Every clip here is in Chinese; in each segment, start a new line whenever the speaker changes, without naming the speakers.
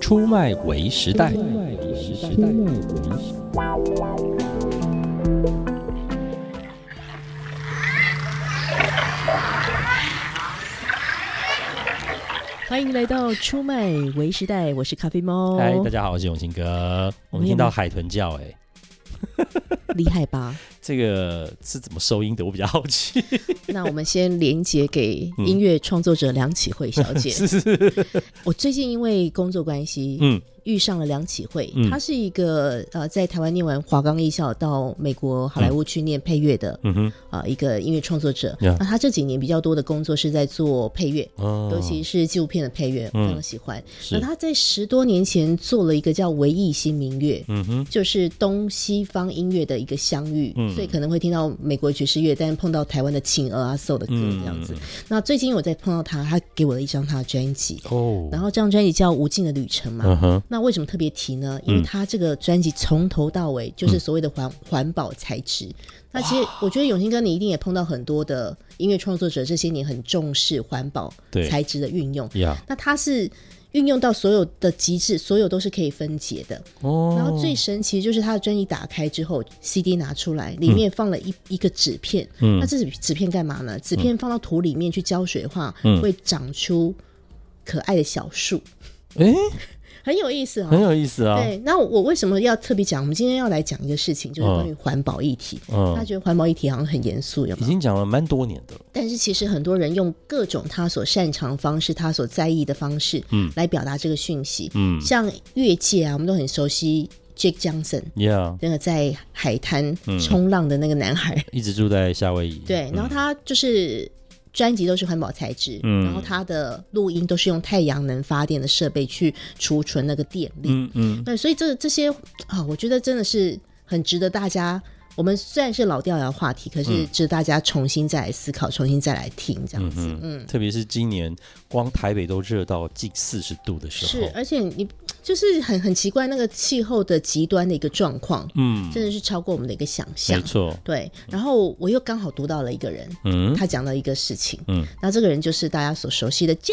出卖为时代。
欢迎来到出卖为时代，我是咖啡猫，
嗨，大家好，我是永兴哥。我们听到海豚叫、哎，
厉害吧？
这个是怎么收音的？我比较好奇。
那我们先连接给音乐创作者梁启慧小 姐。
是是，
我最近因为工作关系，
嗯，
遇上了梁启慧，
嗯
她是一个呃，在台湾念完华冈艺校到美国好莱坞去念配乐的、
嗯哼，
呃一个音乐创作者。
Yeah
那她这几年比较多的工作是在做配乐，
哦
尤其是纪录片的配乐，我
嗯
非常喜欢。那
是，
她在十多年前做了一个叫《唯艺新明月》，
嗯哼，
就是东西方音乐的一个相遇，
嗯
所以可能会听到美国爵士乐，但碰到台湾的轻儿啊、soul 的歌这样子。
嗯
那最近我在碰到他，他给我了一张他的专辑，
哦，
然后这张专辑叫《无尽的旅程》嘛。
嗯哼，
那为什么特别提呢？因为他这个专辑从头到尾
嗯
就是所谓的环环保材质。那其实我觉得永兴哥，你一定也碰到很多的音乐创作者，这些年很重视环保
对
材质的运用。
呀，
那它是运用到所有的极致，所有都是可以分解的。
哦，
然后最神奇的就是他的专辑打开之后，CD 拿出来，里面放了一、一个纸片。
嗯
那这纸纸片干嘛呢？纸片放到土里面去浇水的话，
嗯
会长出可爱的小树，
哎，
很有意思啊、
很有意思啊，
对，那我为什么要特别讲？我们今天要来讲一个事情，就是
哦
关于环保议题。大家
嗯，
觉得环保议题好像很严肃，有
已
吗？
经讲了蛮多年的了，
但是其实很多人用各种他所擅长的方式，他所在意的方式，
嗯
来表达这个讯息。
嗯
像越界啊，我们都很熟悉 Jake Johnson，
，Yeah，
那个在海滩
嗯
冲浪的那个男孩，
一直住在夏威夷，
对，然后他就是专辑都是环保材质，
嗯
然后他的录音都是用太阳能发电的设备去储存那个电力，
嗯嗯，
对，所以这这些啊，我觉得真的是很值得大家。我们虽然是老掉牙话题，可
嗯
是值得大家重新再来思考，重新再来听这样子。嗯，
特别是今年光台北都热到近四十度的时
是
候，，
而且你就是很很奇怪，那个气候的极端的一个状况，
嗯，
真的是超过我们的一个想
没
象。
错，
对，然后我又刚好读到了一个人，
嗯，
他讲了一个事情，
嗯
嗯，那这个人就是大家所熟悉的 Jack，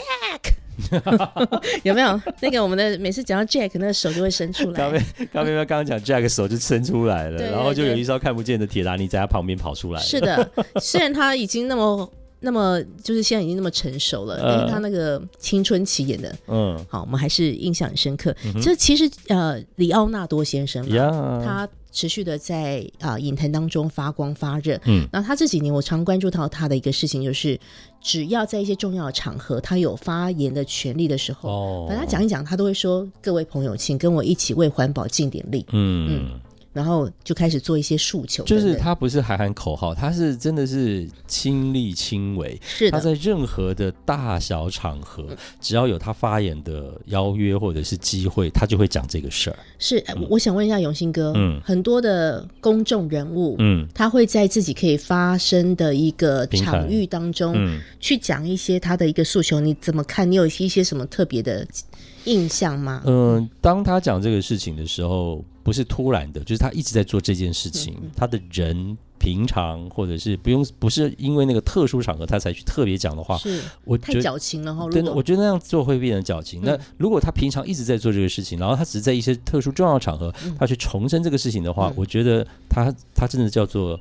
有 没有？那个我们的每次讲到 Jack，那个手就会伸出
咖啡
来，
咖啡喵刚刚讲 Jack 手就伸出来了，
对对
然后就有
对
一艘看不见的铁达尼在他旁边跑出来了，
是的。虽然他已经那么那么，就是现在已经那么成熟了，但
呃
是他那个青春期演的，
嗯
好，我们还是印象很深刻。这、其实呃，里奥纳多先生嘛
呀，
啊他持续的在啊、影坛当中发光发热。
嗯，
那他这几年我常关注到他的一个事情，就是只要在一些重要的场合，他有发言的权利的时候，
哦
反正他讲一讲，他都会说：“各位朋友，请跟我一起为环保尽点力。”
嗯，
然后就开始做一些诉求
就
等等，
是他不是喊喊口号，他是真的是亲力亲为，
是
他
的，嗯
在任何的大小场合，只要有他发言的邀约或者是机会，他就会讲这个事儿。
是。哎我想问一下永兴哥，
嗯
很多的公众人物，
嗯
他会在自己可以发声的一个
平台
场域当中，
嗯，
去讲一些他的一个诉求，你怎么看？你有一些什么特别的印象吗？
嗯，当他讲这个事情的时候，不是突然的，就是他一直在做这件事情。
嗯
他的人平常或者是不用，不是因为那个特殊场合他才去特别讲的话，
是
我
太
觉得。
矫情了哈。如
真的，
果嗯
我觉得那样做会变成矫情。那如果他平常一直在做这个事情，然后他只是在一些特殊重要场合，他去重申这个事情的话，
嗯
我觉得他他真的叫做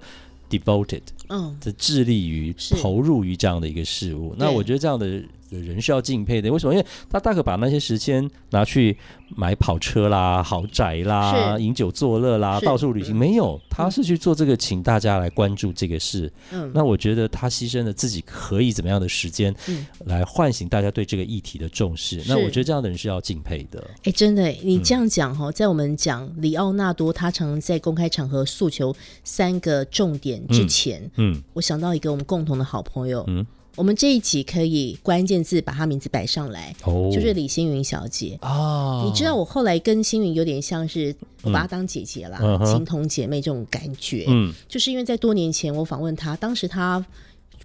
devoted，
嗯，
这致力于
是
投入于这样的一个事物。那
对
我觉得这样的人是要敬佩的。为什么？因为他大可把那些时间拿去买跑车啦、豪宅啦、
是
饮酒作乐啦、
是
到处旅行，
嗯
没有，他是去做这个，请大家来关注这个事。
嗯
那我觉得他牺牲了自己可以怎么样的时间
嗯，
来唤醒大家对这个议题的重视。那
是
我觉得这样的人是要敬佩的。
哎、真的，你
嗯
这样讲哈，在我们讲里奥纳多他常在公开场合诉求三个重点之前，
嗯，
我想到一个我们共同的好朋友，
嗯，
我们这一集可以关键字把他名字摆上来，
哦
就是李星云小姐。
啊，
你知道我后来跟星云有点像是，我把她当姐姐啦，
嗯哼
情同姐妹这种感觉。
嗯
就是因为在多年前我访问她，当时她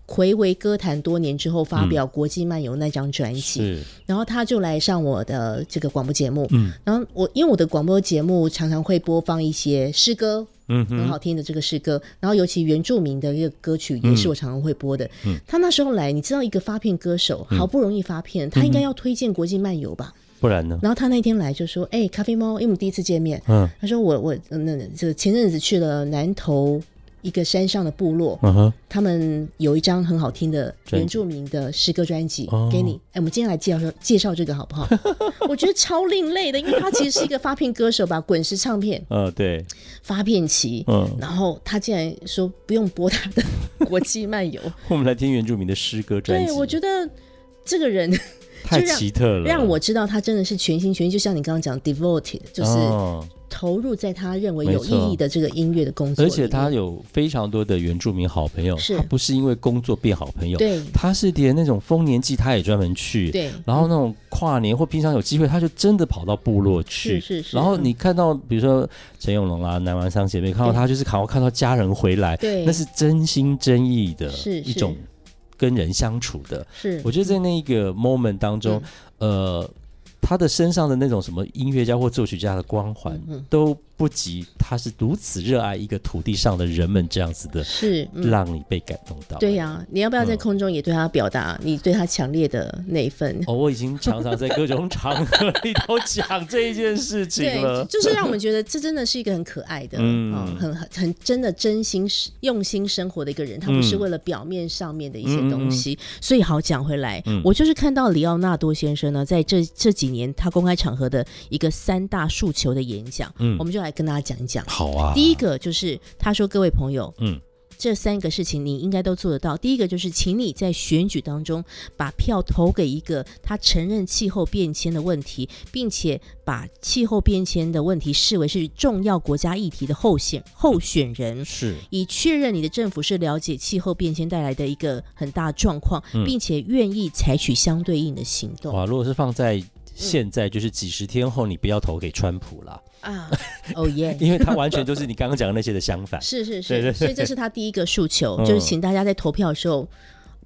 回归歌坛多年之后发表《国际漫游》那张专辑，
嗯是
然后他就来上我的这个广播节目，
嗯，
然后我因为我的广播节目常常会播放一些诗歌，
嗯
很好听的这个诗歌，然后尤其原住民的一个歌曲也是我常常会播的。
嗯
他那时候来，你知道一个发片歌手好不容易发片，他应该要推荐国际漫游吧？
不然呢？
然后他那天来就说：“哎、咖啡猫，因为我们第一次见面，
嗯
他说我我嗯那这个前阵子去了南投一个山上的部落，
嗯哼，
他们有一张很好听的
专辑
原住民的诗歌专辑
哦
给你。哎、我们今天来介绍介绍这个好 不好？我觉得超另类的，因为他其实是一个发片歌手吧，滚石唱片
呃，对，
发片期。
嗯，
然后他竟然说不用播他的国际漫游，
我们来听原住民的诗歌 专
对
辑，
我觉得这个人
太
就让
奇特了，
让我知道他真的是全心全意，就像你刚刚讲 devoted，就是
哦
投入在他认为
没
有
错
意义的这个音乐的工作
而
里面，
且他有非常多的原住民好朋友，
是
他不是因为工作变好朋友，
对
他是连那种丰年祭他也专门去，
对
然后那种跨年或平常有机会，他就真的跑到部落去。
是是是，嗯
然后你看到，比如说陈永龙啦、南蛮三姐妹，看到他就是好像看到家人回来，
对
那是真心真意的
是是
一种跟人相处的。
是
我觉得在那一个 moment 当中，
嗯
呃，他的身上的那种什么音乐家或作曲家的光环，
嗯
都不及他是如此热爱一个土地上的人们这样子的，
是嗯。
让你被感动到。
对呀、你要不
嗯
要在空中也对他表达你对他强烈的那一份？
哦，我已经常常在各种场合里头讲这一件事情
对
了，。
就是让我们觉得这真的是一个很可爱 的，
嗯
嗯，很很很真的真心是用心生活的一个人，他不是
嗯
为了表面上面的一
嗯嗯
些东西。所以好讲回来，
嗯
我就是看到里奥纳多先生呢，在这这几年他公开场合的一个三大诉求的演讲，
嗯
我们就来跟大家讲一讲。
好啊，
第一个就是他说：“各位朋友，
嗯，
这三个事情你应该都做得到。第一个就是，请你在选举当中把票投给一个他承认气候变迁的问题，并且把气候变迁的问题视为是重要国家议题的候选候选人。”
是
以确认你的政府是了解气候变迁带来的一个很大状况，
嗯
并且愿意采取相对应的行动
哇，如果是放在现在，就是几十天后，你不要投给川普啦，
啊！哦耶！
因为他完全就是你刚刚讲的那些的相反。
是是是，
对对对
所以这是他第一个诉求，
嗯
就是请大家在投票的时候。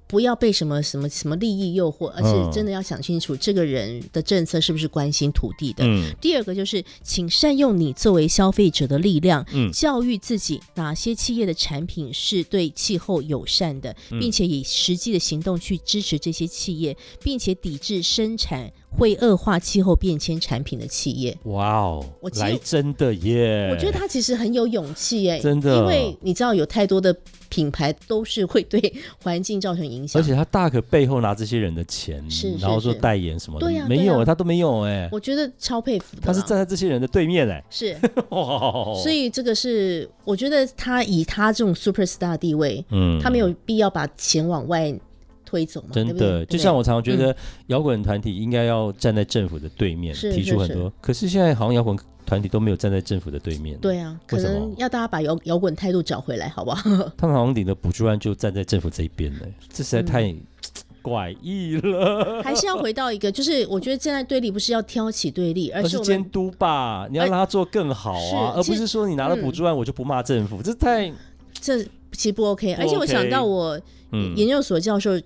不要被什么什么什么利益诱惑，而
嗯
且真的要想清楚这个人的政策是不是关心土地的。
嗯
第二个就是，请善用你作为消费者的力量，
嗯
教育自己哪些企业的产品是对气候友善的，
嗯
并且以实际的行动去支持这些企业，并且抵制生产会恶化气候变迁产品的企业。
哇哦
我，其实
来真的耶！
我觉得他其实很有勇气耶，
真的
因为你知道有太多的品牌都是会对环境造成影响
而。且他大可背后拿这些人的钱，
是
然后
是
说
是
代言什么的，
对呀
没有、
对呀啊
他都没有哎、
我啊觉得超佩服的啦，
他是站在这些人的对面哎、
是，
哇，
所以这个是我觉得他以他这种 super star 地位，
嗯
他没有必要把钱往外推走嘛，
真
对
的，
不对？啊嗯
就像我常常觉得摇滚团体应该要站在政府的对面，
是
提出很多。可是现在好像摇滚团体都没有站在政府的对面，
对不对对啊，
为
可
什么
能要大家把摇摇滚态度找回来，好不好？
他们好像领了补助案就站在政府这一边了，这实在太、
嗯
怪异了。
还是要回到一个，就是我觉得站在对立不是要挑起对立，而
而
是
是
我
监
们
督吧，你要让他做更好啊，
是嗯
而
其
不
实
是说你拿了补助案我就不骂政府，这太
这其实不 OK，而且我
OK
想到我
嗯
研究所教授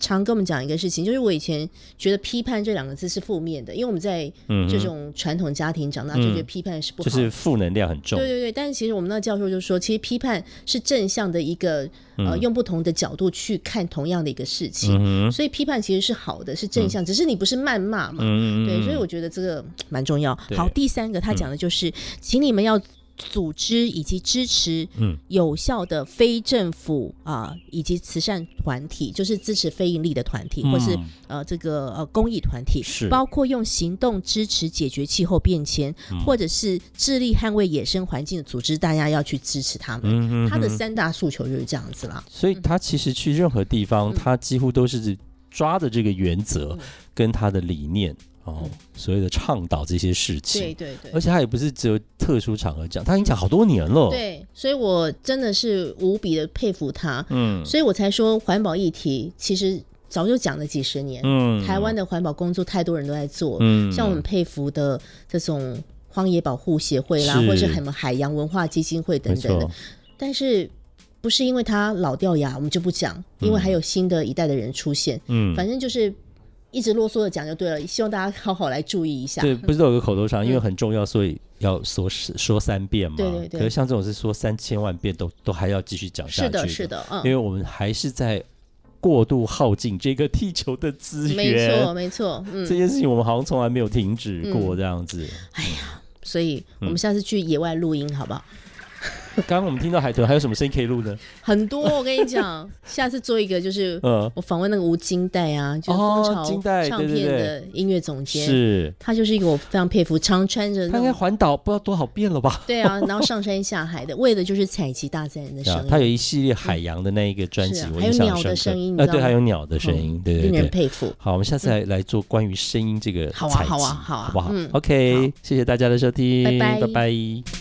常跟我们讲一个事情，就是我以前觉得批判这两个字是负面的，因为我们在
嗯哼
这种传统家庭长大，就觉得批判是不好
嗯就
的。
是负能量很重
对。对对，但是其实我们那个教授就说，其实批判是正向的一个，呃，用不同的角度去看同样的一个事
嗯
情，
嗯哼
所以批判其实是好的，是正向，只是你不是谩骂嘛，
嗯
对，所以我觉得这个蛮重要。
对
好，第三个他讲的就是，请你们要组织以及支持
嗯
有效的非政府啊、以及慈善团体，就是支持非盈利的团体，或是
嗯
呃这个呃公益团体，
是
包括用行动支持解决气候变迁，
嗯
或者是致力捍卫野生环境的组织，大家要去支持他们。
嗯哼
他的
哼
三大诉求就是这样子啦。
所以他其实去任何地
嗯
方，他几乎都是抓着这个原则跟他的理念，哦，所谓的倡导这些事情。
嗯对对
而且他也不是只有特殊场合讲，他已经讲好多年了。，
对，所以我真的是无比的佩服他，
嗯
所以我才说环保议题其实早就讲了几十年，
嗯
台湾的环保工作太多人都在做，
嗯
像我们佩服的这种荒野保护协会啦，
是
或者是什么海洋文化基金会
没
等等
错
的，，但是。不是因为它老掉牙，我们就不讲，因为还有新的一代的人出现。
嗯，
反正就是一直啰嗦的讲就对了，希望大家好好来注意一下。
对，不是都有个口头禅，因为很重要，所以要说十说三遍嘛。
嗯对对对
可是像这种是说三千万遍都都还要继续讲下
是
去
的，是，的，嗯
因，为我们还是在过度耗尽这个地球的资
没错，
源。
没错，
这
嗯，
件事情我们好像从来没有停止过这样子。
所以我们下次去野外录音 好不好？
刚刚我们听到海豚还有什么声音可以录呢？
很多，我跟你讲，下次做一个就是
嗯，
我访问那个吴金代啊，就是
哦
蜂
金
巢
代
唱
对对
片
对
的音乐总监，
是，
他就是一个我非常佩服，常穿着
他
那
应该
种
环岛不知道多少遍了吧？
对啊，然后上山下海的，为的就是采集大自然 的
对啊
声，音，
他有一系列海洋的那一个专辑
是啊，
我
还有
印象
鸟
深
的声音你
刻。
知
啊，
道
对，
吗嗯
还有鸟的声音，对对
令
对。
人佩服。
好，我们下次来来做关于声音这个
好啊
采集
好啊好啊
不好
嗯
？OK，谢谢大家的收听，
拜
拜
拜
拜